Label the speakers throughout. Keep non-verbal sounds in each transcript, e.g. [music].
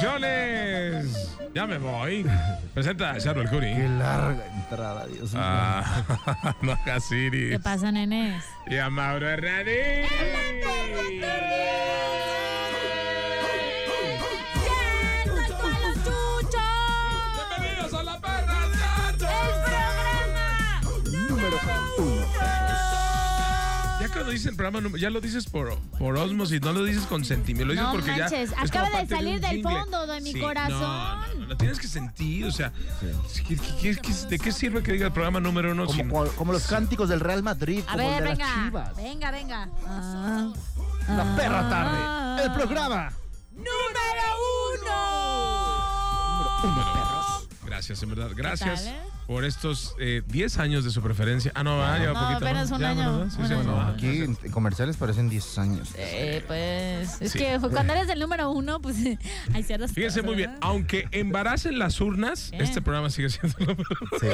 Speaker 1: Producciones. Ya me voy. Presenta a Sharon Curry.
Speaker 2: Qué larga entrada, Dios mío.
Speaker 1: Ah, [laughs] no a Siri.
Speaker 3: ¿Qué pasa, nenes?
Speaker 1: Y a Mauro Hernández. Bienvenidos a la perra Ya cuando dices el programa, no- ya lo dices por, por osmosis, no lo dices con sentimiento. Lo dices
Speaker 3: No
Speaker 1: porque
Speaker 3: manches,
Speaker 1: ya. es
Speaker 3: acaba
Speaker 1: como
Speaker 3: de
Speaker 1: parte un
Speaker 3: salir del
Speaker 1: jingle.
Speaker 3: fondo de mi
Speaker 1: Sí,
Speaker 3: corazón.
Speaker 1: No, no, no, lo tienes que sentir, o sea. ¿qué- qué- qué- ¿De qué sirve que diga el programa número uno? si
Speaker 2: Como,
Speaker 1: no-
Speaker 2: como- como los cánticos del Real Madrid,
Speaker 3: A
Speaker 2: como el
Speaker 3: ver,
Speaker 2: de las
Speaker 3: venga.
Speaker 2: Chivas.
Speaker 3: Venga, venga. Ah.
Speaker 2: La perra tarde. El programa.
Speaker 1: Gracias, en verdad. Gracias
Speaker 3: tal, eh?
Speaker 1: por estos eh, 10 años de su preferencia. Ah, no, va, lleva
Speaker 3: No,
Speaker 1: poquito.
Speaker 3: apenas un
Speaker 1: Ya,
Speaker 3: año,
Speaker 1: ¿verdad? Sí,
Speaker 3: un
Speaker 1: sí,
Speaker 3: año.
Speaker 1: bueno, va.
Speaker 2: Aquí en en comerciales parecen 10 años.
Speaker 3: Eh, pues. Es
Speaker 1: Sí.
Speaker 3: que cuando eres el número uno, pues [laughs] hay ciertas.
Speaker 1: Fíjense
Speaker 3: cosas,
Speaker 1: muy bien,
Speaker 3: ¿verdad?
Speaker 1: aunque embaracen las urnas,
Speaker 3: ¿Qué?
Speaker 1: este programa sigue siendo lo mejor.
Speaker 2: Sí.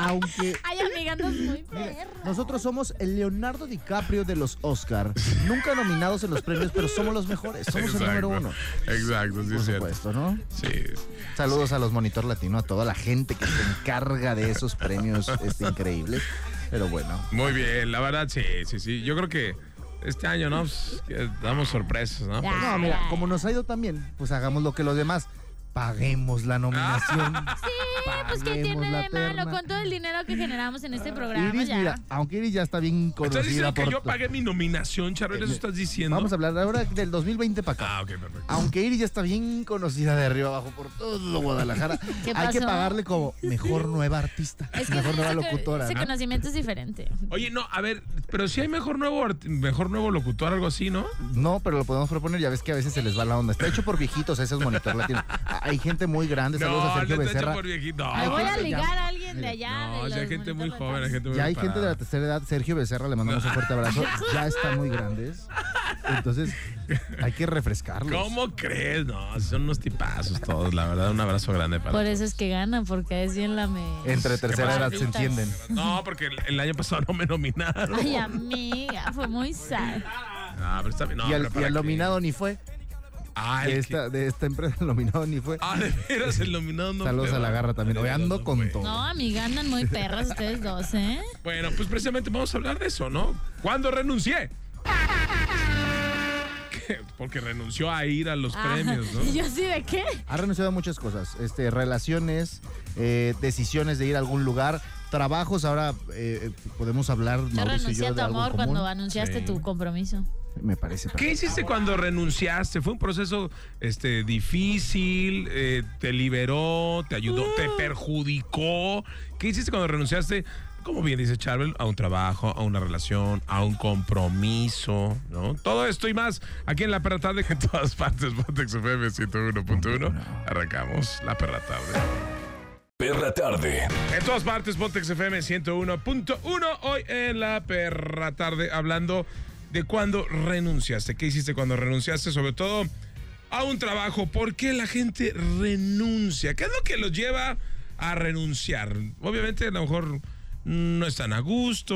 Speaker 2: Aunque
Speaker 3: Ay, amiga, andas muy perra.
Speaker 2: nosotros somos el Leonardo DiCaprio de los Oscar. Nunca nominados en los premios, pero somos los mejores. Somos el número uno.
Speaker 1: Exacto, sí,
Speaker 2: Por
Speaker 1: es cierto.
Speaker 2: supuesto, ¿no?
Speaker 1: Sí.
Speaker 2: Saludos a los Monitor Latino, a toda la gente que se encarga de esos premios este, increíbles. Pero bueno,
Speaker 1: Muy bien, la verdad, sí, sí, sí. Yo creo que este año, ¿no? Pues, que damos sorpresas, ¿no?
Speaker 3: Ya.
Speaker 2: No, mira, como nos ha ido también, pues hagamos lo que los demás. Paguemos la nominación.
Speaker 3: [laughs] Sí, pues que
Speaker 2: Paguemos
Speaker 3: tiene
Speaker 2: la
Speaker 3: de malo
Speaker 2: terna.
Speaker 3: con todo el dinero que generamos en este programa.
Speaker 2: Iris,
Speaker 3: ya.
Speaker 2: mira, aunque Iris ya está bien
Speaker 1: ¿Estás
Speaker 2: conocida
Speaker 1: diciendo que
Speaker 2: por...
Speaker 1: yo pagué mi nominación, Charbel? ¿Eso
Speaker 2: Eh,
Speaker 1: estás diciendo?
Speaker 2: Vamos a hablar ahora del 2020 para acá.
Speaker 1: Ah, ok, perfecto.
Speaker 2: Aunque Iris ya está bien conocida de arriba abajo por todo Guadalajara,
Speaker 3: [laughs] ¿Qué
Speaker 2: hay que
Speaker 3: pasó?
Speaker 2: pagarle como mejor nueva artista,
Speaker 3: Es que
Speaker 2: mejor nueva
Speaker 3: ese-
Speaker 2: locutora.
Speaker 3: Ese
Speaker 2: ¿no?
Speaker 3: conocimiento es diferente.
Speaker 1: Oye, no, a ver, pero si hay mejor nuevo, art- mejor nuevo locutor, algo así, ¿no?
Speaker 2: No, pero lo podemos proponer, ya ves que a veces se les va la onda. Está hecho por viejitos, ese es monitor
Speaker 1: [laughs]
Speaker 2: latino. Hay gente muy grande, saludos a
Speaker 1: No,
Speaker 2: Sergio
Speaker 1: no está hecho
Speaker 2: Becerra.
Speaker 1: por viejito. No,
Speaker 3: Me voy a
Speaker 2: gente pues, ya-
Speaker 3: ligar a alguien de allá.
Speaker 1: No,
Speaker 3: de
Speaker 1: o sea, hay
Speaker 3: los
Speaker 1: gente muy
Speaker 3: monitores.
Speaker 1: joven, hay gente muy
Speaker 2: Ya hay
Speaker 1: preparada.
Speaker 2: gente de la tercera edad, Sergio Becerra, le mandamos un fuerte abrazo. Ya están muy grandes. Entonces, hay que refrescarlos.
Speaker 1: ¿Cómo crees? No, son unos tipazos todos, la verdad, un abrazo grande para
Speaker 3: Por eso es que ganan, porque es bien la me.
Speaker 2: Entre tercera edad se
Speaker 3: barbitas.
Speaker 2: entienden.
Speaker 1: No, porque el, el año pasado no me nominaron.
Speaker 3: Ay, amiga, fue muy sad.
Speaker 1: No, pero está bien. No,
Speaker 2: y al,
Speaker 1: pero para
Speaker 2: y al
Speaker 1: qué.
Speaker 2: nominado ni fue.
Speaker 1: Ah, el
Speaker 2: De
Speaker 1: que-
Speaker 2: esta, de esta empresa, el nominado ni fue.
Speaker 1: Ah, de veras, el nominado no
Speaker 2: Saludos
Speaker 1: fue,
Speaker 2: a la
Speaker 1: ¿verdad?
Speaker 2: garra también.
Speaker 1: De
Speaker 2: Hoy
Speaker 1: veras,
Speaker 2: ando
Speaker 1: no
Speaker 2: con
Speaker 1: fue.
Speaker 2: todo.
Speaker 3: No, amiga, andan muy perras ustedes dos, ¿eh?
Speaker 1: Bueno, pues precisamente vamos a hablar de eso, ¿no? ¿Cuándo renuncié? [laughs] ¿Qué? Porque renunció a ir a los
Speaker 3: Ah,
Speaker 1: premios, ¿no?
Speaker 3: [laughs] ¿Y yo sí de qué?
Speaker 2: Ha renunciado a muchas cosas. Este, relaciones, eh, decisiones de ir a algún lugar, trabajos. Ahora eh, podemos hablar,
Speaker 3: Yo
Speaker 2: Mauricio y
Speaker 3: renuncié
Speaker 2: yo,
Speaker 3: a tu
Speaker 2: de algo
Speaker 3: amor
Speaker 2: común.
Speaker 3: cuando anunciaste
Speaker 1: Sí.
Speaker 3: tu compromiso.
Speaker 2: Me parece.
Speaker 1: ¿Qué hiciste cuando renunciaste? ¿Fue un proceso este, difícil? Eh, ¿Te liberó? ¿Te ayudó? ¿Te perjudicó? ¿Qué hiciste cuando renunciaste? Como bien dice Charvel, a un trabajo, a una relación, a un compromiso, ¿no? Todo esto y más aquí en La Perra Tarde, [laughs] en todas partes, Pontex FM 101.1. Arrancamos La Perra Tarde.
Speaker 4: Perra Tarde.
Speaker 1: En todas partes, Pontex FM 101.1. Hoy en la perra tarde, hablando de cuándo renunciaste. ¿Qué hiciste cuando renunciaste? Sobre todo a un trabajo. ¿Por qué la gente renuncia? ¿Qué es lo que los lleva a renunciar? Obviamente, a lo mejor no están a gusto.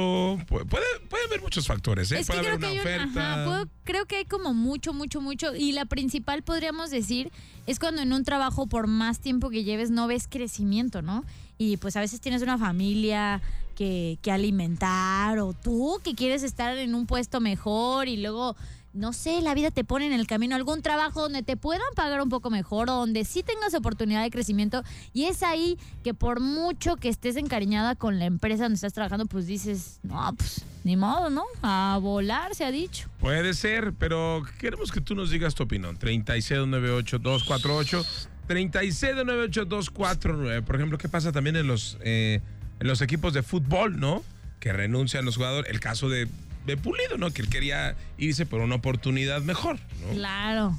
Speaker 1: Pu- Puede, puede haber muchos factores, ¿eh?
Speaker 3: Es que
Speaker 1: puede
Speaker 3: creo
Speaker 1: haber
Speaker 3: que,
Speaker 1: una
Speaker 3: hay un-
Speaker 1: oferta.
Speaker 3: ajá, puedo- creo que hay como mucho, mucho, mucho. Y la principal, podríamos decir, es cuando en un trabajo, por más tiempo que lleves, no ves crecimiento, ¿no? Y pues a veces tienes una familia que, que alimentar o tú que quieres estar en un puesto mejor y luego, no sé, la vida te pone en el camino algún trabajo donde te puedan pagar un poco mejor o donde sí tengas oportunidad de crecimiento. Y es ahí que por mucho que estés encariñada con la empresa donde estás trabajando, pues dices, no, pues ni modo, ¿no? A volar, se ha dicho.
Speaker 1: Puede ser, pero queremos que tú nos digas tu opinión. 3698-248. 3698-249. Por ejemplo, ¿qué pasa también en los, eh, en los equipos de fútbol, no? Que renuncian los jugadores. El caso de de Pulido, ¿no? Que él quería irse por una oportunidad mejor, ¿no?
Speaker 5: Claro,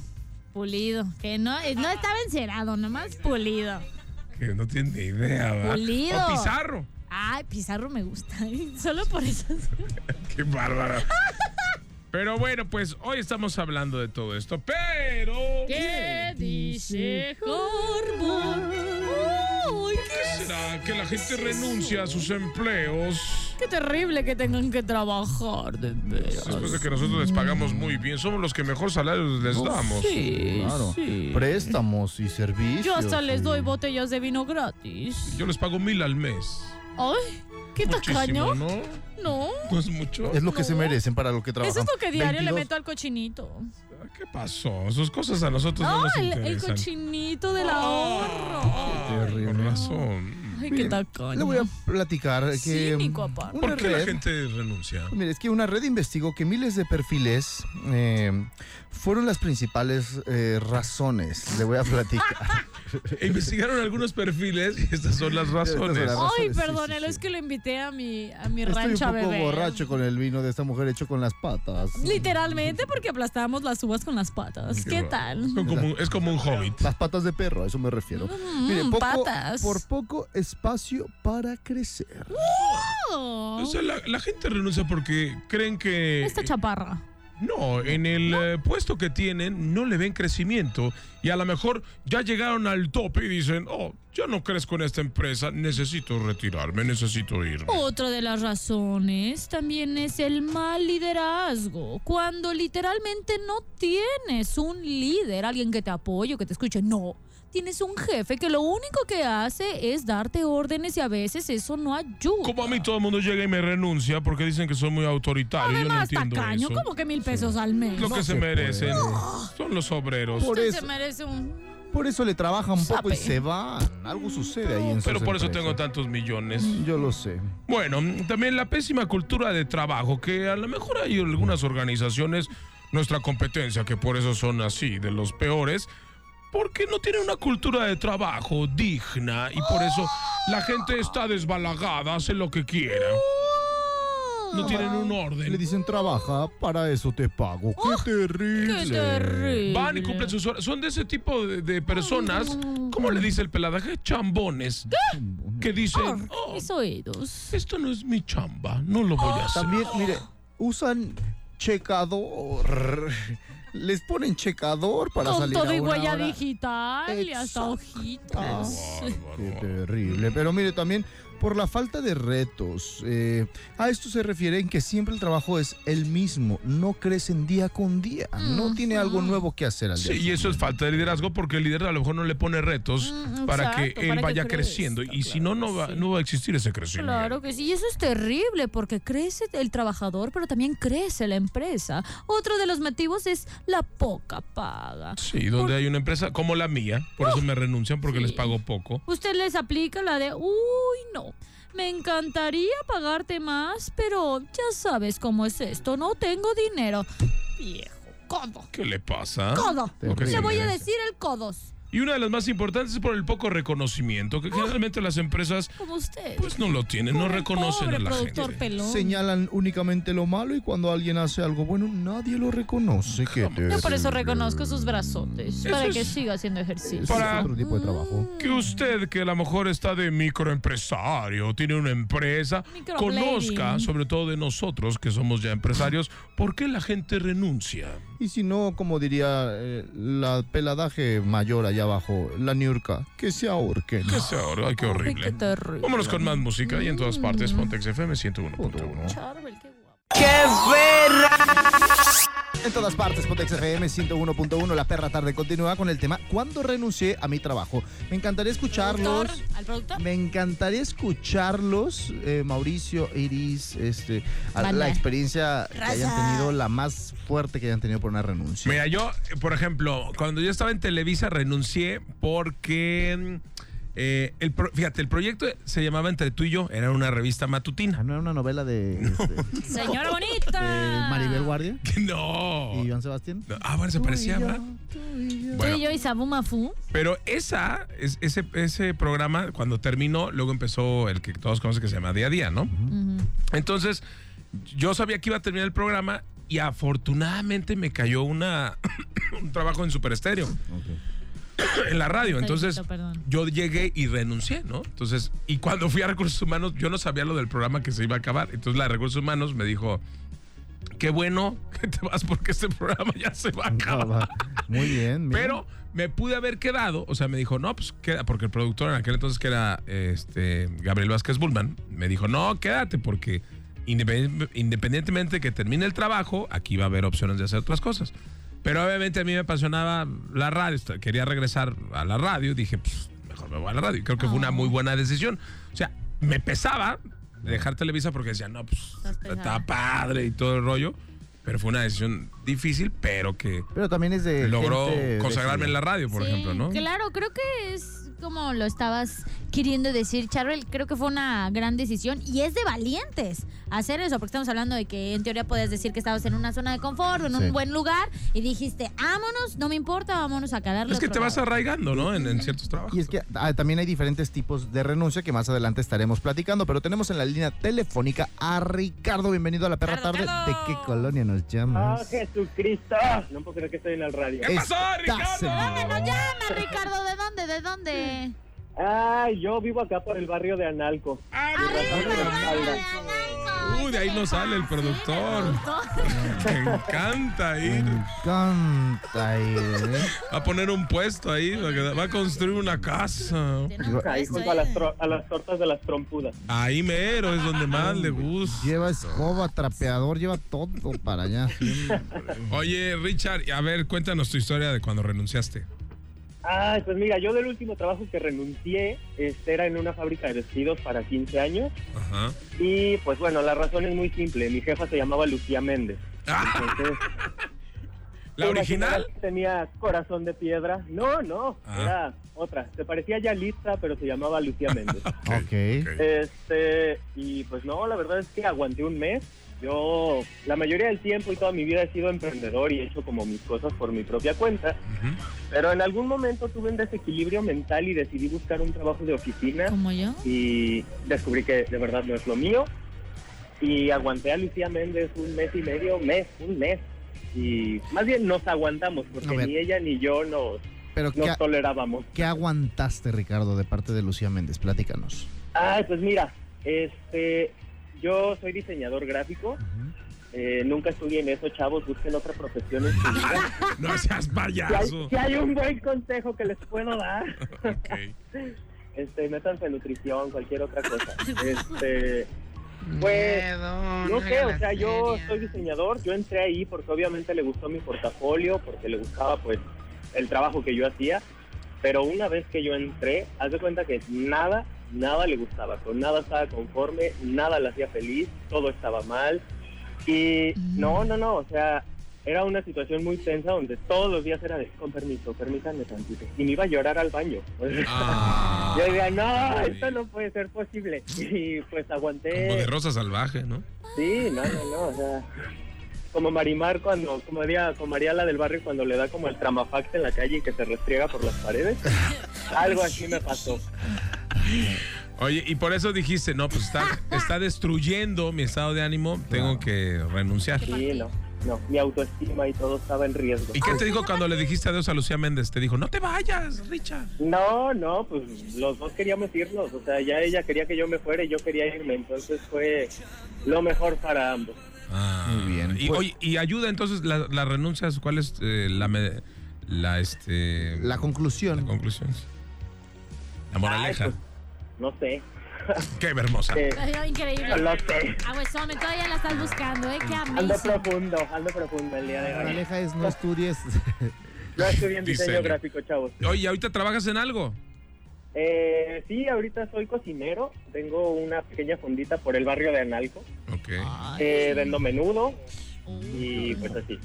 Speaker 5: pulido. Que no, eh, no estaba encerado, nomás pulido.
Speaker 1: Que no tiene ni idea, ¿verdad?
Speaker 5: Pulido.
Speaker 1: O Pizarro.
Speaker 5: Ay, Pizarro me gusta. [laughs] Solo por eso.
Speaker 1: Qué
Speaker 5: [laughs]
Speaker 1: bárbara. Pero bueno, pues hoy estamos hablando de todo esto, pero...
Speaker 5: ¿Qué dice Hormón? Uy,
Speaker 1: ¿Qué será? Que la gente renuncia a sus empleos
Speaker 5: qué terrible que tengan que trabajar de veras.
Speaker 1: después de pues que nosotros les pagamos muy bien. Somos los que mejor salarios les damos.
Speaker 5: Sí,
Speaker 2: Claro.
Speaker 5: sí.
Speaker 2: Préstamos y servicios.
Speaker 5: Yo hasta les
Speaker 2: y-
Speaker 5: doy botellas de vino gratis.
Speaker 1: Yo les pago mil al mes.
Speaker 5: Ay, qué
Speaker 1: Muchísimo,
Speaker 5: tacaño.
Speaker 1: ¿no?
Speaker 5: No.
Speaker 1: No es mucho.
Speaker 2: Es lo que se
Speaker 5: No.
Speaker 2: merecen para lo que trabajan.
Speaker 5: Eso es lo que diario le
Speaker 2: 22.
Speaker 5: meto al cochinito.
Speaker 1: Ah, ¿Qué pasó? Sus cosas a nosotros no
Speaker 5: Ah,
Speaker 1: nos
Speaker 5: el, el
Speaker 1: interesan.
Speaker 5: cochinito del ahorro.
Speaker 1: Ay, con razón.
Speaker 5: Ay, qué tacaño.
Speaker 2: Le voy a platicar que...
Speaker 5: Cínico,
Speaker 2: mm,
Speaker 5: aparte.
Speaker 2: una
Speaker 1: ¿Por qué la
Speaker 2: red-
Speaker 1: gente renuncia?
Speaker 2: Mira, es que una red investigó que miles de perfiles eh, fueron las principales eh, razones. Le voy a
Speaker 5: [laughs]
Speaker 2: platicar.
Speaker 1: E Investigaron algunos perfiles y [laughs] estas son las razones.
Speaker 2: Estas son
Speaker 5: Ay,
Speaker 2: razones, sí,
Speaker 5: perdónelo,
Speaker 2: sí,
Speaker 5: es
Speaker 2: sí.
Speaker 5: que lo invité a mi, a mi
Speaker 2: Estoy un
Speaker 5: rancho
Speaker 2: poco
Speaker 5: a beber.
Speaker 2: borracho con el vino de esta mujer hecho con las patas.
Speaker 5: Literalmente porque aplastábamos las uvas con las patas. ¿Qué
Speaker 1: raro.
Speaker 5: tal?
Speaker 1: Es como, un- es como un hobbit.
Speaker 2: Las patas de perro, a eso me refiero. [laughs]
Speaker 5: Mm,
Speaker 2: Mire, poco-
Speaker 5: patas.
Speaker 2: Por poco espacio para crecer.
Speaker 5: Oh,
Speaker 1: O sea, la, la gente renuncia porque creen que...
Speaker 5: Esta chaparra.
Speaker 1: No, en el eh, puesto que tienen no le ven crecimiento y a lo mejor ya llegaron al tope y dicen, oh, yo no crezco en esta empresa, necesito retirarme, necesito irme.
Speaker 5: Otra de las razones también es el mal liderazgo. Cuando literalmente no tienes un líder, alguien que te apoye, que te escuche, no. Tienes un jefe que lo único que hace es darte órdenes y a veces eso no ayuda.
Speaker 1: Como a mí todo el mundo llega y me renuncia porque dicen que soy muy autoritario, yo no
Speaker 5: Además,
Speaker 1: entiendo
Speaker 5: tacaño,
Speaker 1: eso.
Speaker 5: como que mil pesos al mes.
Speaker 1: Lo que se
Speaker 2: se
Speaker 1: merecen son los obreros.
Speaker 2: Por
Speaker 5: Usted
Speaker 2: eso,
Speaker 5: se merece un...
Speaker 2: por eso le trabajan un poco
Speaker 5: Sape.
Speaker 2: y se van. Algo sucede ahí en sus
Speaker 1: Pero por eso tengo
Speaker 2: empresas.
Speaker 1: tantos millones.
Speaker 2: Yo lo sé.
Speaker 1: Bueno, también la pésima cultura de trabajo, que a lo mejor hay algunas organizaciones, nuestra competencia, que por eso son así, de los peores, porque no tienen una cultura de trabajo digna y por eso la gente está desbalagada, hace lo que quiera. No tienen un
Speaker 2: Le
Speaker 1: orden.
Speaker 2: dicen, trabaja, para eso te pago. ¡Qué terrible!
Speaker 5: ¡Oh! ¡Qué terrible!
Speaker 1: Van y cumplen sus horas. Son de ese tipo de, de personas, ¿cómo le dice el peladaje? Chambones. Que dicen, "Oh,
Speaker 5: Mis oídos.
Speaker 1: esto no es mi chamba, no lo voy a hacer.
Speaker 2: También, mire, usan checador. [laughs] Les ponen checador para
Speaker 5: Con
Speaker 2: salir
Speaker 5: todo
Speaker 2: a
Speaker 5: y
Speaker 2: una
Speaker 5: huella
Speaker 2: hora.
Speaker 5: digital y hasta
Speaker 2: Exacto.
Speaker 5: hojitas.
Speaker 2: Qué terrible. Pero mire, también por la falta de retos. eh, a esto se refiere en que siempre el trabajo es el mismo. No crecen día con día. No tiene algo nuevo que hacer al día.
Speaker 1: Sí, y eso es falta de liderazgo porque el líder a lo mejor no le pone retos
Speaker 5: Mm,
Speaker 1: para
Speaker 5: exacto,
Speaker 1: que él
Speaker 5: para que
Speaker 1: vaya
Speaker 5: crezca,
Speaker 1: creciendo. Y si no,
Speaker 5: claro,
Speaker 1: no va,
Speaker 5: sí.
Speaker 1: no va a existir ese crecimiento.
Speaker 5: Claro que sí, y eso es terrible porque crece el trabajador, pero también crece la empresa. Otro de los motivos es la poca paga.
Speaker 1: Sí, donde hay una empresa como la mía, por eso me renuncian porque les
Speaker 5: Sí.
Speaker 1: pago poco.
Speaker 5: Usted les aplica la de, uy, no, me encantaría pagarte más, pero ya sabes cómo es esto, no tengo dinero. Viejo, codo,
Speaker 1: ¿Qué le pasa?
Speaker 5: codo.
Speaker 1: Lo que
Speaker 5: Le
Speaker 1: se
Speaker 5: voy a
Speaker 1: merece.
Speaker 5: decir el codos,
Speaker 1: Y una de las más importantes es por el poco reconocimiento, que generalmente las empresas
Speaker 5: como usted.
Speaker 1: pues no lo tienen, no
Speaker 5: Ah. Pobre,
Speaker 1: reconocen a la
Speaker 5: productor
Speaker 1: gente.
Speaker 5: pelón.
Speaker 2: Señalan únicamente lo malo y cuando alguien hace algo bueno, nadie lo reconoce. Qué
Speaker 5: Yo por
Speaker 2: terrible.
Speaker 5: eso reconozco sus brazotes, para
Speaker 1: es-
Speaker 5: que siga haciendo ejercicio.
Speaker 2: Es
Speaker 1: Para-
Speaker 2: otro tipo de trabajo.
Speaker 1: Que usted, que a lo mejor está de microempresario, tiene una empresa,
Speaker 5: Microblading.
Speaker 1: conozca, sobre todo de nosotros que somos ya empresarios, por qué la gente renuncia.
Speaker 2: Y si no, como diría eh, la peladaje mayor allá abajo, la niurca, que se ahorquen.
Speaker 1: ¿Qué es ahora? Ay, qué
Speaker 5: Ay, qué
Speaker 1: horrible.
Speaker 5: terrible. Mm.
Speaker 1: Vámonos con más música y en todas partes, Pontex FM 101.1.
Speaker 5: Charbel, qué guapo.
Speaker 2: En todas partes, Pontex FM 101.1, la perra tarde continúa con el tema ¿Cuándo renuncié a mi trabajo? Me encantaría escucharlos.
Speaker 5: Productor, ¿Al productor?
Speaker 2: Me encantaría escucharlos, eh, Mauricio, Iris, este, a-
Speaker 5: Banda.
Speaker 2: la experiencia que hayan
Speaker 5: Raza.
Speaker 2: tenido, la más fuerte que hayan tenido por una renuncia.
Speaker 1: Mira, yo, eh, por ejemplo, cuando yo estaba en Televisa renuncié porque. eh, el pro- fíjate, el proyecto se llamaba Entre tú y yo, era una revista
Speaker 2: Ah,
Speaker 1: matutina. [laughs]
Speaker 2: ¿No era una novela de, este, de
Speaker 5: Señora bonita.
Speaker 2: Eh, Maribel Guardia
Speaker 1: No.
Speaker 2: y Joan Sebastián?
Speaker 1: No, Ah, bueno, se parecía, ¿verdad?
Speaker 2: Tú y yo.
Speaker 5: Tú
Speaker 1: Bueno,
Speaker 5: y yo y Sabu Mafú.
Speaker 1: Pero esa, es- ese, ese programa, cuando terminó, luego empezó el que todos conocen que se llama Día a Día, ¿no? Entonces, yo sabía que iba a terminar el programa y afortunadamente me cayó una [coughs] un trabajo en Super Estéreo. En la radio, entonces
Speaker 3: perdón.
Speaker 1: yo llegué y renuncié, ¿no? Entonces, y cuando fui a Recursos Humanos, yo no sabía lo del programa que se iba a acabar. Entonces, la de Recursos Humanos me dijo: Qué bueno que te vas porque este programa ya se va a acabar.
Speaker 2: Muy bien. mira.
Speaker 1: Pero me pude haber quedado, o sea, me dijo, no, pues queda, porque el productor en aquel entonces que era este, Gabriel Vázquez Bullman, me dijo, no, quédate, porque independen- independientemente que termine el trabajo, aquí va a haber opciones de hacer otras cosas. Pero obviamente a mí me apasionaba la radio, est- quería regresar a la radio, dije, pues, mejor me voy a la radio. Y Creo que
Speaker 3: Ah.
Speaker 1: fue una muy buena decisión. O sea, me pesaba dejar Televisa porque decía, no, pues
Speaker 3: Estás pesada.
Speaker 1: está padre y todo el rollo. Pero fue una decisión difícil, pero que
Speaker 2: Pero también es de.
Speaker 1: logró
Speaker 2: gente
Speaker 1: consagrarme en la
Speaker 2: decidida.
Speaker 1: radio, por
Speaker 3: Sí,
Speaker 1: ejemplo, ¿no?
Speaker 3: Claro, creo que es como lo estabas queriendo decir, Charvel. Creo que fue una gran decisión y es de valientes hacer eso, porque estamos hablando de que en teoría podías decir que estabas en una zona de confort, en
Speaker 2: Sí.
Speaker 3: un buen lugar, y dijiste, vámonos, no me importa, vámonos a calarle.
Speaker 1: Es que
Speaker 3: otro
Speaker 1: te vas
Speaker 3: lado".
Speaker 1: arraigando, ¿no? En, en ciertos trabajos.
Speaker 2: Y es que ah, también hay diferentes tipos de renuncia que más adelante estaremos platicando, pero tenemos en la línea telefónica a Ricardo. Bienvenido a la perra
Speaker 3: Ricardo,
Speaker 2: tarde. ¿De
Speaker 3: Ricardo.
Speaker 2: qué colonia nos
Speaker 6: ¡Ah,
Speaker 2: llamas?
Speaker 6: Jesucristo! No puedo creer que estoy en el radio.
Speaker 1: ¿Qué pasó,
Speaker 2: Estás
Speaker 1: Ricardo?
Speaker 2: en-
Speaker 3: ¿Dónde nos llama, Ricardo? ¿De dónde? ¿De dónde?
Speaker 6: Ay, yo vivo acá por el barrio de Analco.
Speaker 3: Arriba,
Speaker 6: Ricardo.
Speaker 3: de Analco.
Speaker 1: Uy, de ahí no sale el productor. [laughs] Me encanta ir.
Speaker 2: Me encanta ir, ¿eh?
Speaker 1: Va a poner un puesto ahí. va a quedar- Va a construir una casa.
Speaker 6: Ahí junto a las, tro- a las tortas de las trompudas.
Speaker 1: Ahí mero es donde más le gusta.
Speaker 2: Lleva escoba, trapeador, lleva todo para allá.
Speaker 1: Oye, Richard, a ver, cuéntanos tu historia de cuando renunciaste.
Speaker 6: Ay, pues mira, yo del último trabajo que renuncié este, era en una fábrica de vestidos para 15 años.
Speaker 1: Ajá.
Speaker 6: Y pues bueno, la razón es muy simple. Mi jefa se llamaba Lucía Méndez.
Speaker 1: Ah,
Speaker 6: Entonces,
Speaker 1: ¿La
Speaker 6: ¿te
Speaker 1: original?
Speaker 6: imaginas que Tenía corazón de piedra. No, no,
Speaker 1: Ah.
Speaker 6: era otra. Se parecía a Yalitza, pero se llamaba Lucía Méndez.
Speaker 2: Ok.
Speaker 1: ok.
Speaker 6: Este, y pues no, la verdad es que aguanté un mes. Yo, la mayoría del tiempo y toda mi vida he sido emprendedor y he hecho como mis cosas por mi propia cuenta.
Speaker 1: Ujú.
Speaker 6: Pero en algún momento tuve un desequilibrio mental y decidí buscar un trabajo de oficina
Speaker 3: ¿Como yo?
Speaker 6: y descubrí que de verdad no es lo mío. Y aguanté a Lucía Méndez un mes y medio, mes, un mes. Y más bien nos aguantamos
Speaker 2: A
Speaker 6: porque
Speaker 2: ver.
Speaker 6: ni ella ni yo nos,
Speaker 2: Pero ¿qué,
Speaker 6: nos tolerábamos.
Speaker 2: qué aguantaste, Ricardo, de parte de Lucía Méndez? Platícanos.
Speaker 6: Ay, pues mira, este, yo soy diseñador gráfico. Eh, nunca estudié en eso, chavos, busquen otra profesión en su vida.
Speaker 1: No seas
Speaker 6: Si hay, [laughs]
Speaker 1: payaso.
Speaker 6: si hay un buen consejo que les puedo dar,
Speaker 1: Ok.
Speaker 6: este, métanse en nutrición, cualquier otra cosa. Este, pues, no sé, o sea, yo soy diseñador, yo entré ahí porque obviamente le gustó mi portafolio, porque le gustaba, pues, el trabajo que yo hacía, pero una vez que yo entré, haz de cuenta que nada, nada le gustaba, con nada estaba conforme, nada la hacía feliz, todo estaba mal, y
Speaker 1: Mm.
Speaker 6: no, no, no, o sea, era una situación muy tensa donde todos los días era de, con permiso, permítanme tantito, y me iba a llorar al baño. [laughs]
Speaker 1: Ah,
Speaker 6: Yo decía, no, esto no puede ser posible. Y pues aguanté.
Speaker 1: como de rosa salvaje, ¿no?
Speaker 6: Sí, no, no, no, o sea, como Marimar cuando, como haría, como haría la del barrio cuando le da como el tramafax en la calle y que se restriega por las paredes. Algo así me pasó.
Speaker 1: Oye, y por eso dijiste, no, pues está, está destruyendo mi estado de ánimo, tengo que renunciar.
Speaker 6: Sí, no, no, mi autoestima y todo estaba en riesgo.
Speaker 1: ¿Y qué te dijo cuando le dijiste adiós a Lucía Méndez? Te dijo, no te vayas, Richard.
Speaker 6: No, no, pues los dos queríamos irnos, o sea, ya ella quería que yo me fuera y yo quería irme, entonces fue lo mejor para ambos.
Speaker 1: Ah,
Speaker 2: Muy bien,
Speaker 1: Y,
Speaker 2: pues-
Speaker 1: oye, y ayuda entonces la- las renuncias, ¿cuál es eh, la, me- la, este,
Speaker 2: La conclusión.
Speaker 1: la conclusión? La moraleja.
Speaker 2: Ah,
Speaker 6: Ay, No sé,
Speaker 1: Qué hermosa.
Speaker 6: eh,
Speaker 3: Ay, Increíble.
Speaker 6: no lo sé.
Speaker 3: Ah, pues, hombre, todavía la estás buscando, ¿eh? Qué
Speaker 6: Ando
Speaker 3: amazing.
Speaker 6: profundo, ando profundo el día
Speaker 2: La
Speaker 6: de hoy.
Speaker 2: moraleja es no
Speaker 3: [laughs]
Speaker 2: estudies.
Speaker 6: Yo estudié en
Speaker 1: Diseño.
Speaker 6: diseño gráfico, chavos.
Speaker 1: Oye, ¿ahorita trabajas en algo?
Speaker 6: Eh, sí, ahorita soy cocinero. Tengo una pequeña fondita por el barrio de Analco.
Speaker 1: Ok.
Speaker 2: Ah,
Speaker 6: Eh, vendo menudo y pues así.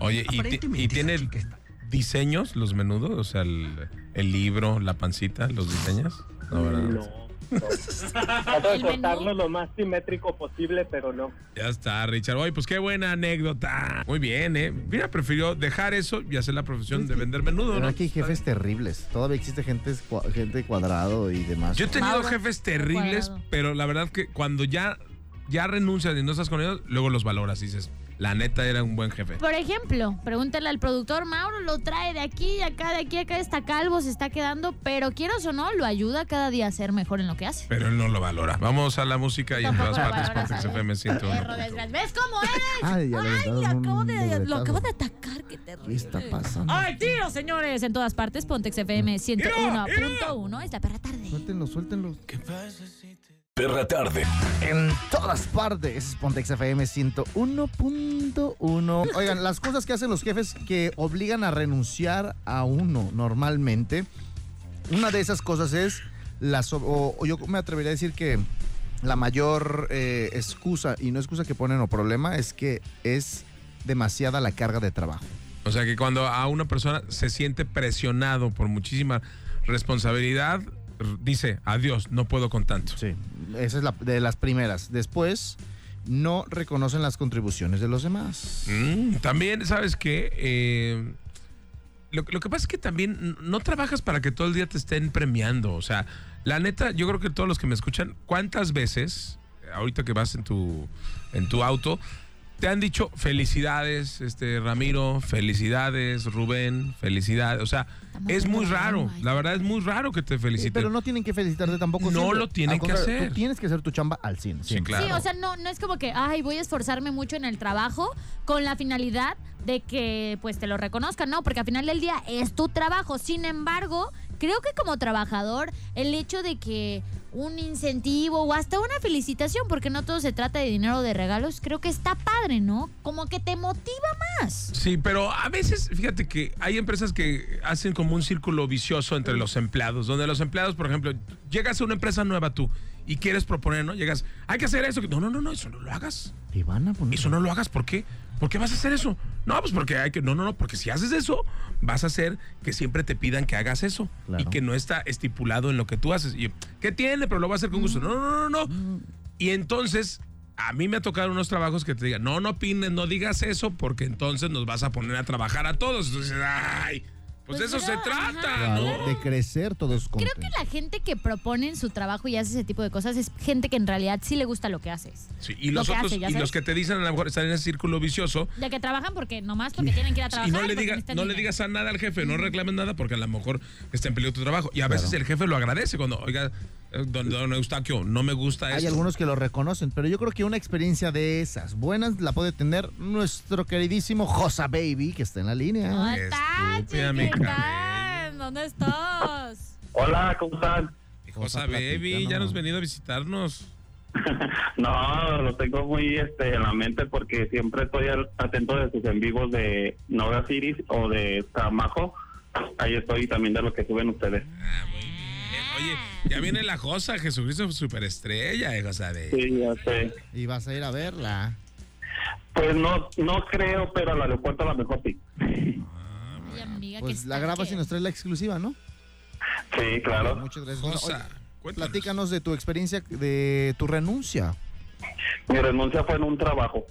Speaker 1: Oye, ¿y, ti- y tiene diseños los menudos? O sea, el, el libro, la pancita, ¿los diseñas? No, ¿verdad?
Speaker 6: no. Trato
Speaker 3: ¿El
Speaker 6: de
Speaker 3: menú?
Speaker 6: cortarlo lo más simétrico posible, pero no.
Speaker 1: Ya está, Richard. Oye, pues qué buena anécdota. Muy bien, ¿eh? Mira, prefirió dejar eso y hacer la profesión de vender menudo,
Speaker 2: Pero
Speaker 1: ¿no?
Speaker 2: aquí hay jefes terribles. Todavía existe gente, cua- gente cuadrado y demás.
Speaker 1: Yo he tenido
Speaker 3: Mauro,
Speaker 1: jefes terribles,
Speaker 3: cuadrado.
Speaker 1: pero la verdad que cuando ya ya renuncias y no estás con ellos, luego los valoras y dices, la neta era un buen jefe.
Speaker 3: Por ejemplo, pregúntale al productor, Mauro lo trae de aquí, de acá, de aquí, acá, está calvo, se está quedando, pero quieras o no, lo ayuda cada día a ser mejor en lo que hace.
Speaker 1: Pero él no lo valora. Vamos a la música y en
Speaker 3: Tampoco
Speaker 1: todas
Speaker 3: lo
Speaker 1: partes,
Speaker 3: valoras,
Speaker 1: Pontex
Speaker 3: ¿sabes?
Speaker 1: FM 101.
Speaker 3: Perro desgraciado. ¿Ves cómo es?
Speaker 2: [laughs] Ay, ya le aventaron un
Speaker 3: acabo de, lo
Speaker 2: libretazo.
Speaker 3: acabo de atacar, qué terrible.
Speaker 2: ¿Qué está pasando? Mm.
Speaker 3: ¡Ay, tiro, señores! En todas partes, Pontex FM 101.1. Es la perra tarde.
Speaker 2: Suéltenlos, suéltenlos.
Speaker 4: Perra tarde.
Speaker 2: En todas partes, Pontex FM 101.1. Oigan, las cosas que hacen los jefes que obligan a renunciar a uno normalmente. Una de esas cosas es, la so- o, o yo me atrevería a decir que la mayor eh, excusa, y no excusa que ponen o problema, es que es demasiada la carga de trabajo.
Speaker 1: O sea que cuando a una persona se siente presionado por muchísima responsabilidad, r- dice, adiós, no puedo con tanto.
Speaker 2: Sí, esa es la, de las primeras. Después, no reconocen las contribuciones de los demás.
Speaker 1: Mm, también, ¿sabes qué? Eh, lo, lo que pasa es que también n- no trabajas para que todo el día te estén premiando. O sea, la neta, yo creo que todos los que me escuchan, ¿cuántas veces, ahorita que vas en tu, en tu auto, te han dicho felicidades, este Ramiro, felicidades, Rubén, felicidades? O sea,
Speaker 3: Estamos
Speaker 1: es muy raro.
Speaker 3: ay.
Speaker 1: La verdad es muy raro que te feliciten.
Speaker 2: pero no tienen que felicitarte tampoco.
Speaker 1: No
Speaker 2: siempre.
Speaker 1: lo tienen
Speaker 2: Al
Speaker 1: que
Speaker 2: contrario,
Speaker 1: hacer.
Speaker 2: Tú tienes que hacer tu chamba al 100.
Speaker 1: Sí,
Speaker 2: siempre.
Speaker 1: claro.
Speaker 3: Sí, o sea, no, no es como que, ay, voy a esforzarme mucho en el trabajo con la finalidad de que pues te lo reconozcan, no, porque al final del día es tu trabajo. Sin embargo, creo que como trabajador, el hecho de que un incentivo o hasta una felicitación, porque no todo se trata de dinero o de regalos, creo que está padre, ¿no? Como que te motiva más.
Speaker 1: Sí, pero a veces, fíjate que hay empresas que hacen como un círculo vicioso entre los empleados, donde los empleados, por ejemplo, llegas a una empresa nueva tú y quieres proponer, ¿no? Llegas, hay que hacer eso. No, no, no, no, eso no lo hagas.
Speaker 2: Te van a poner.
Speaker 1: Eso no lo hagas, ¿por qué? ¿Por qué vas a hacer eso? No, pues porque hay que. No, no, no, porque si haces eso, vas a hacer que siempre te pidan que hagas eso
Speaker 2: Claro.
Speaker 1: y que no está estipulado en lo que tú haces. Y yo, ¿Qué tiene? Pero lo voy a hacer con gusto. No, no, no,
Speaker 2: Mm.
Speaker 1: no. Y entonces, a mí me ha tocado unos trabajos que te digan, no, no opines, no digas eso, porque entonces nos vas a poner a trabajar a todos. Entonces, ay,
Speaker 3: Pues
Speaker 1: pues, de eso
Speaker 3: pero,
Speaker 1: se trata,
Speaker 3: ajá.
Speaker 1: ¿no?
Speaker 2: Claro, de crecer todos
Speaker 3: Creo
Speaker 2: contentos.
Speaker 3: que la gente que propone en su trabajo y hace ese tipo de cosas es gente que en realidad sí le gusta lo que haces.
Speaker 1: Sí, y
Speaker 3: Lo
Speaker 1: los
Speaker 3: que
Speaker 1: otros,
Speaker 3: hace, ya
Speaker 1: y
Speaker 3: sabes.
Speaker 1: los que te dicen a lo mejor están en ese círculo vicioso,
Speaker 3: De que trabajan porque nomás porque tienen que ir a trabajar.
Speaker 1: Y no le,
Speaker 3: porque
Speaker 1: digas,
Speaker 3: necesitan
Speaker 1: no le
Speaker 3: dinero.
Speaker 1: digas a nada al jefe, no reclames nada porque a lo mejor está en peligro tu trabajo. Y a veces el jefe lo agradece cuando, oiga, eh, don, don Eustaquio, no me gusta
Speaker 2: Hay
Speaker 1: esto.
Speaker 2: algunos que lo reconocen, pero yo creo que una experiencia de esas buenas la puede tener nuestro queridísimo Josa Baby, que está en la línea.
Speaker 3: ¿Dónde
Speaker 1: Estúpida,
Speaker 3: estás,
Speaker 1: mi
Speaker 3: chiquitán? ¿Dónde estás?
Speaker 7: Hola, ¿cómo están?
Speaker 1: Cosa
Speaker 2: Cosa
Speaker 1: baby,
Speaker 2: platicando.
Speaker 1: ya nos has venido a visitarnos.
Speaker 7: No, lo tengo muy este, en la mente porque siempre estoy al- atento de sus en vivos de Nova Ciris o de Camajo. Ahí estoy también de lo que suben ustedes.
Speaker 3: Ah.
Speaker 1: Eh, Oye, ya viene la Josa, Jesucristo superestrella, eh, Josa baby.
Speaker 7: Sí, ya sé.
Speaker 2: Y vas a ir a verla.
Speaker 7: Pues no, no creo, pero al aeropuerto a lo mejor sí.
Speaker 3: Ay, amiga,
Speaker 2: Pues
Speaker 3: que
Speaker 2: la
Speaker 3: está
Speaker 2: grabas
Speaker 3: que-
Speaker 2: y nos traes la exclusiva, ¿no?
Speaker 7: Sí, claro.
Speaker 2: Muchas gracias. Bueno, oye,
Speaker 1: Josa, cuéntanos.
Speaker 2: platícanos de tu experiencia, de tu renuncia.
Speaker 7: Mi renuncia fue en un trabajo.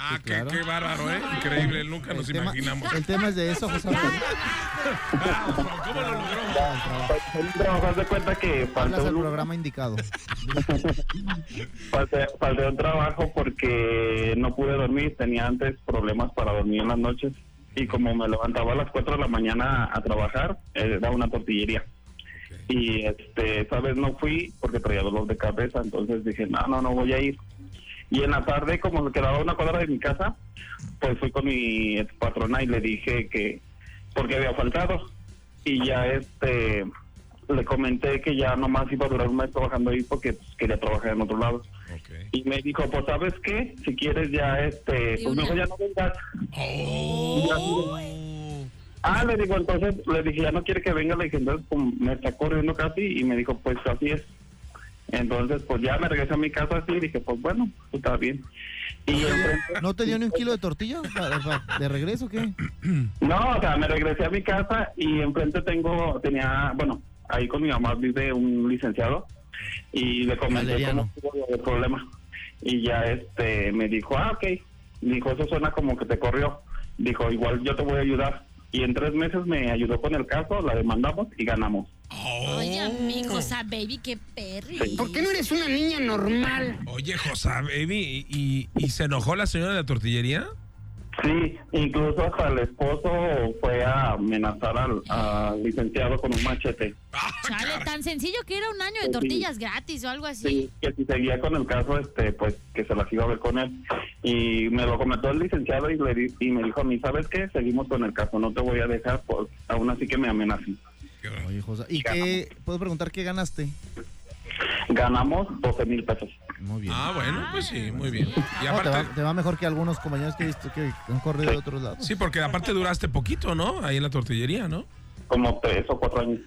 Speaker 1: Ah,
Speaker 2: Sí,
Speaker 1: qué,
Speaker 2: claro.
Speaker 1: qué bárbaro, ¿eh? Increíble, nunca
Speaker 2: El
Speaker 1: nos
Speaker 2: tema-
Speaker 1: imaginamos.
Speaker 2: El tema es de eso, Josa Baby.
Speaker 1: Bravo, ¿Cómo lo logró?
Speaker 7: Fue un trabajo, haz de cuenta que falté
Speaker 2: Hablas al
Speaker 7: un,
Speaker 2: programa indicado.
Speaker 7: falté, falté un trabajo porque no pude dormir. Tenía antes problemas para dormir en las noches. Y como me levantaba a las 4 de la mañana a trabajar, eh, era una tortillería. Y este, esa vez no fui porque traía dolor de cabeza, entonces dije, no, no, no voy a ir. Y en la tarde, como me quedaba una cuadra de mi casa, pues fui con mi ex patrona y le dije que, porque había faltado. Y ya este, le comenté que ya nomás iba a durar un mes trabajando ahí porque pues, quería trabajar en otro lado.
Speaker 1: Ok.
Speaker 7: Y me dijo, pues sabes qué, si quieres ya, este,
Speaker 3: De
Speaker 7: pues
Speaker 3: una.
Speaker 7: mejor ya no vengas.
Speaker 1: Oh.
Speaker 7: Ah, le digo, entonces, le dije, ya no quiere que venga, le dije, entonces pum, me está corriendo casi y me dijo, pues así es. Entonces, pues ya me regresé a mi casa así y dije, pues bueno, pues, está bien. Y entonces-
Speaker 2: ¿No te dio ni un
Speaker 1: [laughs]
Speaker 2: kilo de tortilla pa- pa- de regreso o qué?
Speaker 7: no, o sea, me regresé a mi casa y enfrente tengo, tenía, bueno, ahí con mi mamá vive un licenciado y le comenté
Speaker 2: Valeriano.
Speaker 7: cómo estuvo el problema. Y ya este me dijo, ah, ok. Dijo, eso suena como que te corrió. Dijo, igual yo te voy a ayudar. Y en tres meses me ayudó con el caso, la demandamos y ganamos.
Speaker 3: Oye,
Speaker 1: Oh.
Speaker 3: amigo, o sea, Ah, baby, qué perri.
Speaker 8: ¿Por qué no eres una niña normal?
Speaker 1: Oye, José, baby, ¿y, y, y se enojó la señora de la tortillería?
Speaker 7: Sí, incluso hasta el esposo fue a amenazar al, al licenciado con un machete.
Speaker 1: Ah,
Speaker 3: Chale, tan sencillo que era un año de tortillas gratis o algo así.
Speaker 7: Sí, que si seguía con el caso, este, pues que se las iba a ver con él. Y me lo comentó el licenciado y, le di- y me dijo a mí, ¿sabes qué? Seguimos con el caso, no te voy a dejar, pues aún así que me amenacen.
Speaker 2: Oye, José, ¿y qué? ¿Puedo preguntar qué ganaste?
Speaker 7: Ganamos 12 mil pesos.
Speaker 2: Muy bien.
Speaker 1: Ah, bueno, pues sí, muy bien. Y
Speaker 2: No, te, va,
Speaker 1: aparte,
Speaker 2: te va mejor que algunos compañeros que, he visto que han corrido de otros lados.
Speaker 1: sí, porque aparte duraste poquito, ¿no? Ahí en la tortillería, ¿no?
Speaker 7: como tres o cuatro años.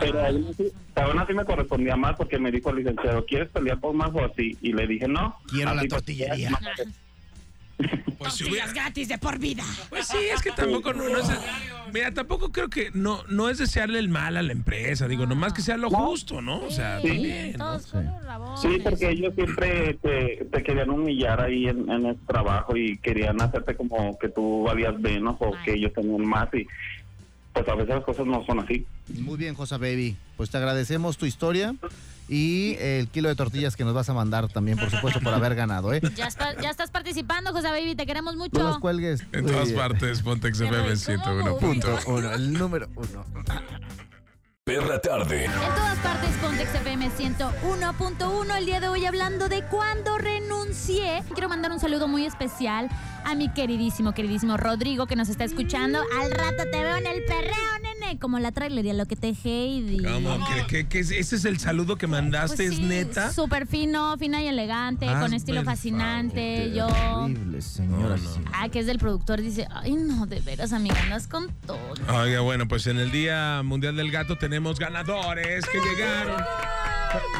Speaker 7: Pero aún así, aún así me correspondía más porque me dijo el licenciado, ¿quieres pelear por más o así? Y le dije, no.
Speaker 2: Quiero
Speaker 7: así
Speaker 2: la
Speaker 7: te
Speaker 2: tortillería.
Speaker 7: peleas más.
Speaker 1: Pues si hubiera-
Speaker 3: Tortillas gratis de por vida.
Speaker 1: Pues sí, es que tampoco no, no es. Mira, tampoco creo que no, no es desearle el mal a la empresa, digo, nomás que sea lo justo, ¿no? O sea,
Speaker 3: Sí,
Speaker 1: también. ¿no?
Speaker 3: Todos con los rabones.
Speaker 7: Sí, porque ellos siempre te, te querían humillar ahí en, en el trabajo y querían hacerte como que tú valías menos o que ellos tenían más y pues a veces las cosas no son así.
Speaker 2: Muy bien, José Baby. Pues te agradecemos tu historia y el kilo de tortillas que nos vas a mandar también, por supuesto, por haber ganado, ¿eh?
Speaker 3: Ya, está- ya estás participando, José Baby, te queremos
Speaker 2: No los
Speaker 3: mucho.
Speaker 2: cuelgues.
Speaker 1: En todas
Speaker 2: Oye,
Speaker 1: partes, Pontex
Speaker 3: Pero
Speaker 1: FM
Speaker 3: ¿y cómo?
Speaker 1: 101.
Speaker 2: Punto uno, el número uno.
Speaker 4: Perra tarde.
Speaker 3: En todas partes, Pontex FM 101.1. El día de hoy hablando de cuando renuncié. Quiero mandar un saludo muy especial a mi queridísimo, queridísimo Rodrigo que nos está escuchando. Al rato te veo en el perreo, nene. Como la trailería, lo que te Heidi.
Speaker 1: ¿Cómo? ¿Qué, qué, qué es? ¿Ese es el saludo que mandaste?
Speaker 3: Pues
Speaker 1: ¿Es
Speaker 3: sí,
Speaker 1: neta?
Speaker 3: Súper fino, fina y elegante,
Speaker 1: Hazme
Speaker 3: con estilo
Speaker 1: el
Speaker 3: fascinante. Yo.
Speaker 2: Horrible, señora.
Speaker 3: Ah, que es del productor, dice, ay no, de veras, amiga, andas con todo.
Speaker 1: Oiga, bueno, pues en el Día Mundial del Gato tenemos ganadores que llegaron.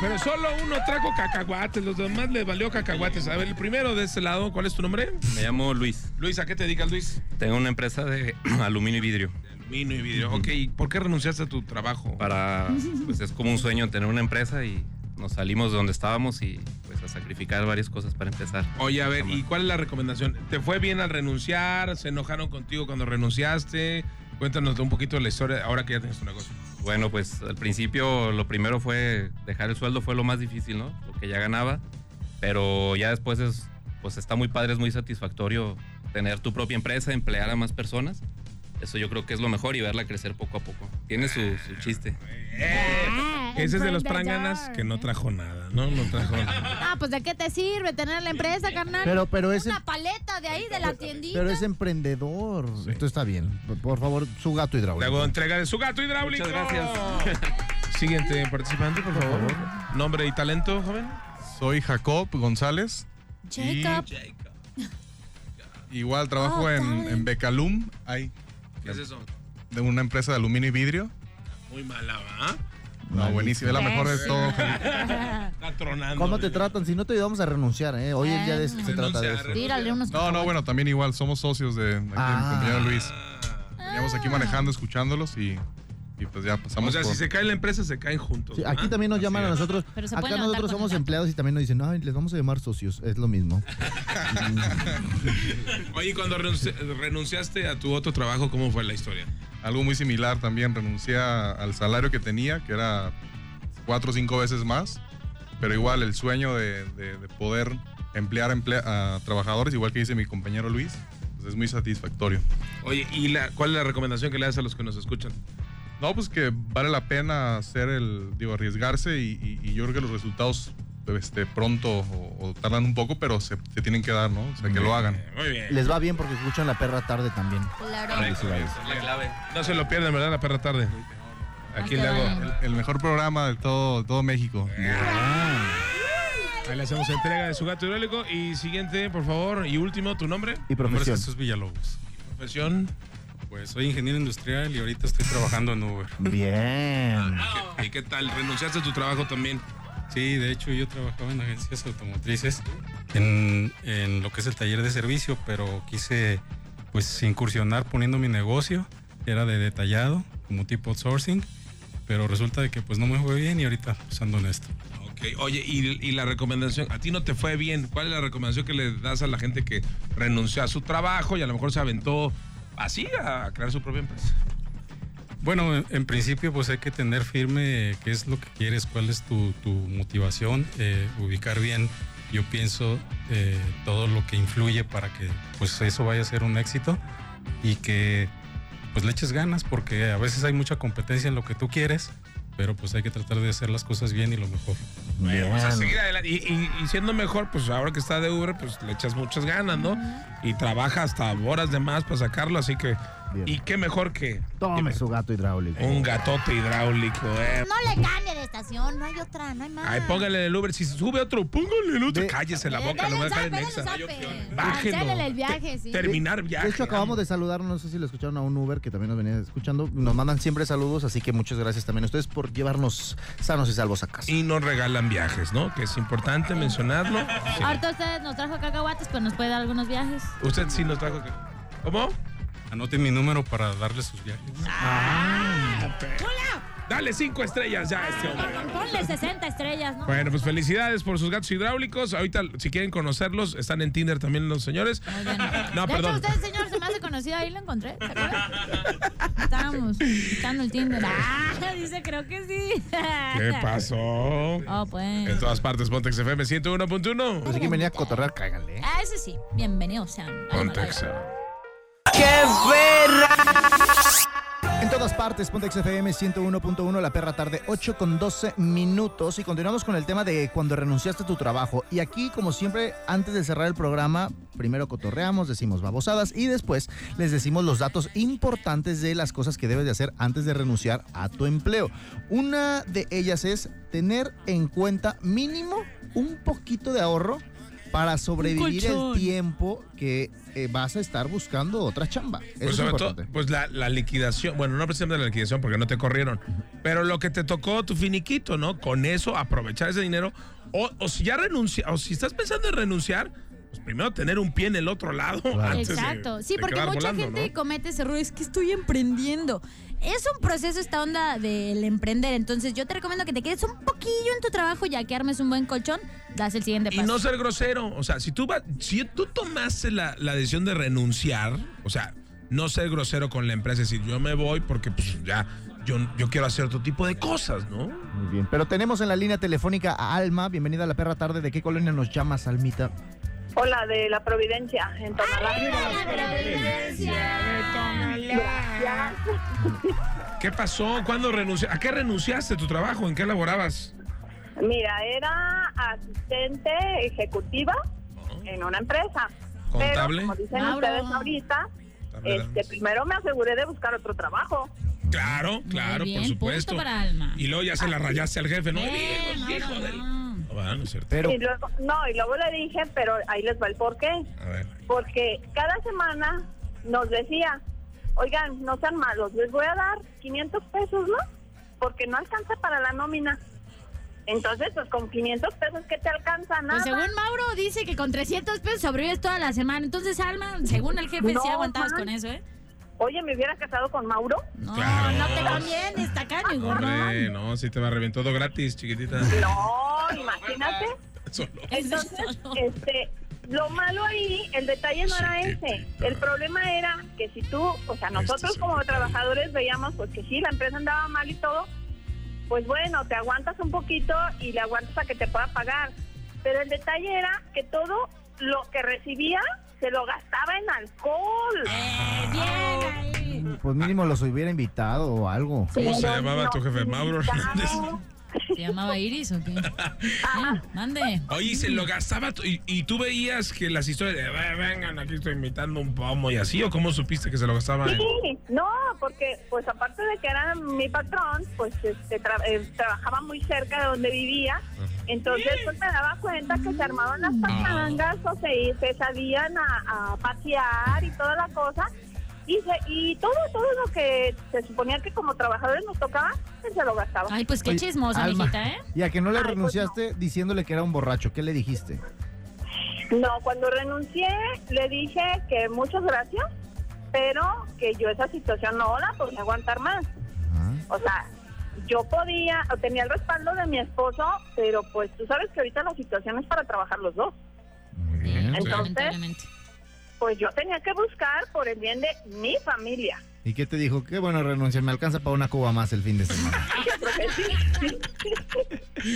Speaker 1: Pero solo uno trajo cacahuates, los demás le valió cacahuates. A ver, el primero de este lado, ¿cuál es tu nombre?
Speaker 9: Me llamo Luis.
Speaker 1: Luis, ¿a qué te dedicas, Luis?
Speaker 9: Tengo una empresa de [clears throat] aluminio y vidrio.
Speaker 1: Vino y video. Ok, ¿y ¿por qué renunciaste a tu trabajo?
Speaker 9: Para, pues es como un sueño tener una empresa y nos salimos de donde estábamos y pues a sacrificar varias cosas para empezar.
Speaker 1: Oye, a ver, ¿y cuál es la recomendación? ¿Te fue bien al renunciar? ¿Se enojaron contigo cuando renunciaste? Cuéntanos un poquito de la historia ahora que ya tienes tu negocio.
Speaker 9: Bueno, pues al principio lo primero fue dejar el sueldo, fue lo más difícil, ¿no? Lo que ya ganaba, pero ya después es, pues está muy padre, es muy satisfactorio tener tu propia empresa, emplear a más personas. Eso yo creo que es lo mejor y verla crecer poco a poco. Tiene su, su chiste.
Speaker 1: Ese es de los pranganas que no trajo nada, ¿no? No trajo nada.
Speaker 3: Ah, pues de qué te sirve tener la empresa, carnal.
Speaker 2: Pero, pero es, em-
Speaker 3: Una paleta de ahí, de la tiendita.
Speaker 2: pero es emprendedor. Esto está bien. Por- Por favor, su gato
Speaker 1: Luego
Speaker 2: hidráulico.
Speaker 1: entrega de su gato hidráulico.
Speaker 9: Muchas gracias.
Speaker 1: [laughs] Siguiente participante, por favor. Nombre y talento, joven.
Speaker 10: Soy Jacob González.
Speaker 3: Jacob.
Speaker 10: Igual trabajo
Speaker 3: Oh,
Speaker 10: en,
Speaker 3: dale.
Speaker 10: en Becalum, ahí,
Speaker 1: ¿Qué es eso?
Speaker 10: de una empresa de aluminio y vidrio.
Speaker 1: Muy mala, ¿va?
Speaker 10: No, buenísimo, es la mejor de
Speaker 3: [laughs]
Speaker 10: todo.
Speaker 1: Está tronando.
Speaker 2: ¿Cómo te tratan? Si no te ayudamos a renunciar, ¿eh? Hoy el día de se trata de eso.
Speaker 3: Tírale unos
Speaker 10: No, no, bueno, también igual, somos socios de aquí,
Speaker 2: Ah.
Speaker 10: mi compañero Luis. Veníamos
Speaker 3: Ah,
Speaker 10: aquí manejando, escuchándolos y, y pues ya pasamos
Speaker 1: O sea,
Speaker 10: por-
Speaker 1: si se cae la empresa, se caen juntos.
Speaker 2: Sí,
Speaker 1: ¿va?
Speaker 2: aquí también nos
Speaker 1: Pues Así
Speaker 2: llaman a
Speaker 1: es.
Speaker 2: nosotros.
Speaker 3: Pero se
Speaker 2: Acá
Speaker 3: pueden levantar
Speaker 2: nosotros
Speaker 3: con
Speaker 2: somos
Speaker 3: el gato.
Speaker 2: empleados y también nos dicen, ay, les vamos a llamar socios. Es lo mismo.
Speaker 1: Oye, ¿y cuando renunci- renunciaste a tu otro trabajo, ¿cómo fue la historia?
Speaker 10: algo muy similar también. Renuncié a- al salario que tenía, que era cuatro o cinco veces más, pero igual el sueño de, de- de poder emplear a emplea- a trabajadores, igual que dice mi compañero Luis, pues es muy satisfactorio.
Speaker 1: Oye, ¿y la, cuál es la recomendación que le das a los que nos escuchan?
Speaker 10: No, pues que vale la pena hacer el, digo, arriesgarse y, y- y yo creo que los resultados este, pronto o, o tardan un poco, pero se, se tienen que dar, ¿no? O sea, que lo hagan.
Speaker 1: Muy bien.
Speaker 2: Les va bien porque escuchan la perra tarde también.
Speaker 3: Claro.
Speaker 9: La clave.
Speaker 1: No se lo pierdan, ¿verdad? La perra tarde. Aquí
Speaker 3: Ah,
Speaker 1: le
Speaker 3: qué
Speaker 1: hago.
Speaker 3: bueno.
Speaker 10: El mejor programa de todo, todo México.
Speaker 1: Ah. Ahí le hacemos entrega de su gato hidráulico. Y siguiente, por favor. Y último, tu nombre,
Speaker 2: Y profesión.
Speaker 9: Villalobos.
Speaker 1: profesión.
Speaker 9: Pues soy ingeniero industrial y ahorita estoy trabajando en Uber.
Speaker 2: Bien.
Speaker 1: ¿Y qué tal? ¿Renunciaste a tu trabajo también?
Speaker 9: Sí, de hecho yo trabajaba en agencias automotrices, en, en lo que es el taller de servicio, pero quise pues incursionar poniendo mi negocio, que era de detallado, como tipo outsourcing, pero resulta de que pues no me fue bien y ahorita pues, ando en esto.
Speaker 1: Ok. Oye, y, y la recomendación, a ti no te fue bien. ¿Cuál es la recomendación que le das a la gente que renunció a su trabajo y a lo mejor se aventó así a crear su propia empresa?
Speaker 11: Bueno, en, en principio pues hay que tener firme eh, qué es lo que quieres, cuál es tu, tu motivación, eh, ubicar bien, yo pienso, eh, todo lo que influye para que pues eso vaya a ser un éxito y que pues le eches ganas porque a veces hay mucha competencia en lo que tú quieres, pero pues hay que tratar de hacer las cosas bien y lo mejor.
Speaker 1: O sea, pues seguir adelante. Y, y- y siendo mejor, pues ahora que está de Uber, pues le echas muchas ganas, ¿no? Y trabaja hasta horas de más para sacarlo, así que.
Speaker 2: Bien.
Speaker 1: Y qué mejor que
Speaker 2: Tome su gato hidráulico.
Speaker 1: un gatote hidráulico, eh.
Speaker 12: No le cambie de estación, no hay otra, no hay más. Eh,
Speaker 1: Ay, póngale el Uber. Si sube otro, póngale el otro. Cállese la boca, lo voy a dejar en esa. Bájenlo.
Speaker 3: Cancélale el viaje, sí.
Speaker 1: terminar
Speaker 2: De
Speaker 1: viaje.
Speaker 2: hecho, acabamos de saludar, no sé si lo escucharon a un Uber que también nos venía escuchando. Nos mandan siempre saludos, así que muchas gracias también a ustedes por llevarnos sanos y salvos a casa.
Speaker 1: Y nos regalan viajes, ¿no? Que es importante mencionarlo. Sí.
Speaker 3: Ahorita ustedes nos trajo cacahuates, pues nos puede dar algunos viajes.
Speaker 1: Usted sí nos trajo. que- ¿Cómo?
Speaker 11: Anoten mi número para darles sus viajes.
Speaker 12: Ah,
Speaker 1: Ah, Dale cinco estrellas ya a este hombre.
Speaker 3: Ponle 60 estrellas, ¿no?
Speaker 1: Bueno, pues felicidades por sus gatos hidráulicos. Ahorita, si quieren conocerlos, están en Tinder también los señores. No,
Speaker 3: de
Speaker 1: perdón.
Speaker 3: hecho, usted, señor, se me hace conocido. Ahí lo encontré, ¿se acuerda? Estábamos buscando el Tinder. Ah, dice, creo que sí. [laughs]
Speaker 1: ¿Qué pasó?
Speaker 3: Oh, pues.
Speaker 1: En todas partes, Pontex FM 101.1.
Speaker 2: Así que venía a cotorrear, cáiganle.
Speaker 3: Ah, eso sí. Bienvenidos sean.
Speaker 1: Pontex.
Speaker 2: ¡Qué perra! En todas partes, Pontex FM 101.1, la perra tarde, 8 con 12 minutos. Y continuamos con el tema de cuando renunciaste a tu trabajo. Y aquí, como siempre, antes de cerrar el programa, primero cotorreamos, decimos babosadas y después les decimos los datos importantes de las cosas que debes de hacer antes de renunciar a tu empleo. Una de ellas es tener en cuenta mínimo un poquito de ahorro para sobrevivir el
Speaker 1: colchón.
Speaker 2: tiempo que eh, vas a estar buscando otra chamba. Eso
Speaker 1: Pues
Speaker 2: es
Speaker 1: sobre todo,
Speaker 2: importante.
Speaker 1: pues la, la liquidación, bueno, no precisamente la liquidación porque no te corrieron, pero lo que te tocó tu finiquito, ¿no? Con eso, aprovechar ese dinero. O, o si ya renuncia, o si estás pensando en renunciar, pues primero tener un pie en el otro lado. antes de-
Speaker 3: Exacto. sí,
Speaker 1: de
Speaker 3: porque
Speaker 1: quedar
Speaker 3: mucha
Speaker 1: volando,
Speaker 3: gente
Speaker 1: ¿no?
Speaker 3: comete ese error. Es que estoy emprendiendo. Es un proceso esta onda del emprender. Entonces, yo te recomiendo que te quedes un poquillo en tu trabajo, ya que armes un buen colchón, das el siguiente
Speaker 1: Y
Speaker 3: paso.
Speaker 1: no ser grosero. O sea, si tú, va- si tú tomaste la, la decisión de renunciar, o sea, no ser grosero con la empresa, es decir, yo me voy porque pues ya, yo, yo quiero hacer otro tipo de cosas, ¿no?
Speaker 2: Muy bien. Pero tenemos en la línea telefónica a Alma. Bienvenida a la perra tarde. ¿De qué colonia nos llamas, Almita?
Speaker 13: Hola, de La Providencia, en Tonalá. Gracias.
Speaker 1: ¿Qué pasó? ¿Cuándo renunciaste? ¿A qué renunciaste tu trabajo? ¿En qué laborabas?
Speaker 13: Mira, era asistente ejecutiva en una empresa.
Speaker 1: Contable.
Speaker 13: Pero, como dicen
Speaker 1: Abro.
Speaker 13: ustedes ahorita, este, primero me aseguré de buscar otro trabajo.
Speaker 1: Claro, claro,
Speaker 13: bien,
Speaker 1: por
Speaker 13: punto
Speaker 1: supuesto.
Speaker 13: para Alma.
Speaker 1: Y luego ya se la rayaste al jefe, ¿no? Hijo, hijo del- Ah, no es cierto.
Speaker 13: Y luego- no, y luego le dije, pero ahí les va el porqué.
Speaker 1: A ver.
Speaker 13: Porque cada semana nos decía, oigan, no sean malos, les voy a dar 500 pesos, ¿no? Porque no alcanza para la nómina. Entonces, pues con 500 pesos, ¿qué te alcanza? Nada.
Speaker 3: Pues según Mauro dice que con 300 pesos sobrevives toda la semana. Entonces, Alma, según el jefe, sí
Speaker 13: No,
Speaker 3: aguantabas
Speaker 13: man.
Speaker 3: con eso, ¿eh?
Speaker 13: Oye, ¿me hubiera casado con Mauro?
Speaker 3: No,
Speaker 1: Claro.
Speaker 3: no te convienes, tacaño, gordo.
Speaker 1: Hombre, no, sí te va a reventar todo gratis, chiquitita.
Speaker 13: No, imagínate.
Speaker 1: [laughs] Solo.
Speaker 13: Entonces, este, lo malo ahí, el detalle no era ese. El problema era que si tú, o sea,
Speaker 1: este,
Speaker 13: nosotros como trabajadores veíamos pues que sí, la empresa andaba mal y todo, pues bueno, te aguantas un poquito y le aguantas a que te pueda pagar. Pero el detalle era que todo lo que recibía se lo gastaba en alcohol.
Speaker 2: Pues mínimo los hubiera invitado o algo.
Speaker 1: ¿Cómo se llamaba tu jefe? Mauro Hernández.
Speaker 3: ¿Se llamaba Iris o
Speaker 13: [laughs]
Speaker 3: qué?
Speaker 13: Ah,
Speaker 3: Sí, mande.
Speaker 1: Oye, y se lo gastaba tú- y, y tú veías que las historias de, "Ve- vengan, aquí estoy invitando un pomo y así, o cómo supiste que se lo gastaba? en-
Speaker 13: Sí, no, porque pues aparte de que era mi patrón, pues este, tra- eh, trabajaba muy cerca de donde vivía, entonces pues me daba cuenta que se armaban las pasangas o se, se salían a, a pasear y toda la cosa, y, se, y todo, todo lo que se suponía que como trabajadores nos tocaba, pues, se lo gastaba.
Speaker 3: Ay, pues
Speaker 2: Oye, Alma, Y a que no le
Speaker 13: Ay, pues
Speaker 2: renunciaste diciéndole que era un borracho, ¿qué le dijiste?
Speaker 13: No, cuando renuncié le dije que muchas gracias, pero que yo esa situación no la podía aguantar más.
Speaker 2: Ah,
Speaker 13: O sea, yo podía, o tenía el respaldo de mi esposo, pero pues tú sabes que ahorita la situación es para trabajar los dos. Entonces, pues yo tenía que buscar por el bien de mi familia.
Speaker 2: ¿Y qué te dijo? Qué bueno renuncia, me alcanza para una cuba más el fin de semana.
Speaker 13: Yo creo que sí.
Speaker 1: Qué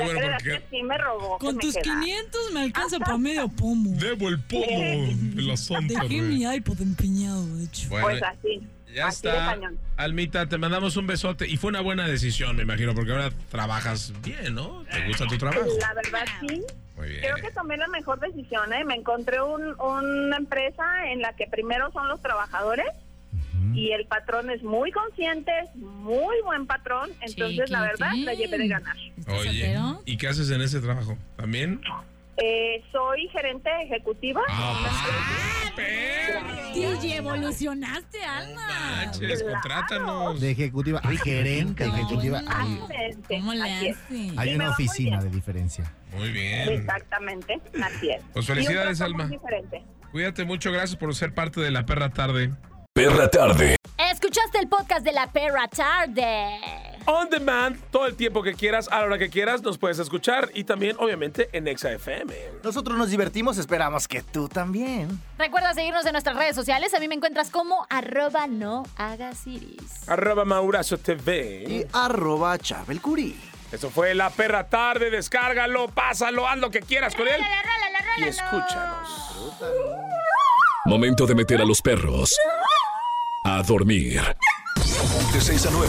Speaker 13: La
Speaker 1: bueno,
Speaker 13: verdad
Speaker 1: porque-
Speaker 13: que sí me robó. que
Speaker 5: Con
Speaker 13: me
Speaker 5: tus
Speaker 13: quedara.
Speaker 5: 500 me alcanza para medio pomo.
Speaker 1: Debo el pomo de la santa.
Speaker 5: Dejé mi iPod empeñado, de hecho.
Speaker 1: Bueno, Pues
Speaker 13: así.
Speaker 1: Ya está. Almita, te mandamos un besote. Y fue una buena decisión, me imagino, porque ahora trabajas bien, ¿no? Te gusta tu trabajo.
Speaker 13: Eh, La verdad sí.
Speaker 1: Muy bien.
Speaker 13: Creo que tomé la mejor decisión, ¿eh? Me encontré un- una empresa en la que primero son los trabajadores y el patrón es muy consciente, es muy buen patrón, entonces la verdad la llevé
Speaker 1: Mm.
Speaker 13: de ganar.
Speaker 1: Oye, ¿y qué haces en ese trabajo? ¿También?
Speaker 13: Eh, soy gerente ejecutiva.
Speaker 1: Ah, pues,
Speaker 14: DJ, evolucionaste, Alma.
Speaker 1: Manches,
Speaker 13: Pues,
Speaker 1: contrátanos.
Speaker 2: De ejecutiva. Ay, gerente, ejecutiva. Ay,
Speaker 14: ¿Cómo le
Speaker 13: Así es.
Speaker 2: hay
Speaker 13: Y me
Speaker 2: una
Speaker 13: va muy
Speaker 2: oficina de diferencia.
Speaker 1: Muy bien.
Speaker 13: Exactamente, así es.
Speaker 1: Pues felicidades,
Speaker 13: Y un trato muy
Speaker 1: Alma.
Speaker 13: diferente.
Speaker 1: Cuídate mucho, gracias por ser parte de la perra tarde.
Speaker 4: Perra tarde.
Speaker 3: Escuchaste el podcast de la perra tarde.
Speaker 15: On demand, todo el tiempo que quieras, a la hora que quieras, nos puedes escuchar y también, obviamente, en Exa FM.
Speaker 2: Nosotros nos divertimos, esperamos que tú también.
Speaker 3: Recuerda seguirnos en nuestras redes sociales. A mí me encuentras como arroba no hagas iris.
Speaker 15: Arroba Maurazo TV.
Speaker 2: Y arroba Chabel Curi.
Speaker 15: Eso fue La Perra Tarde. Descárgalo, pásalo, haz lo que quieras con él. Y escúchanos.
Speaker 4: Momento de meter a los perros a dormir. De 6 a 9.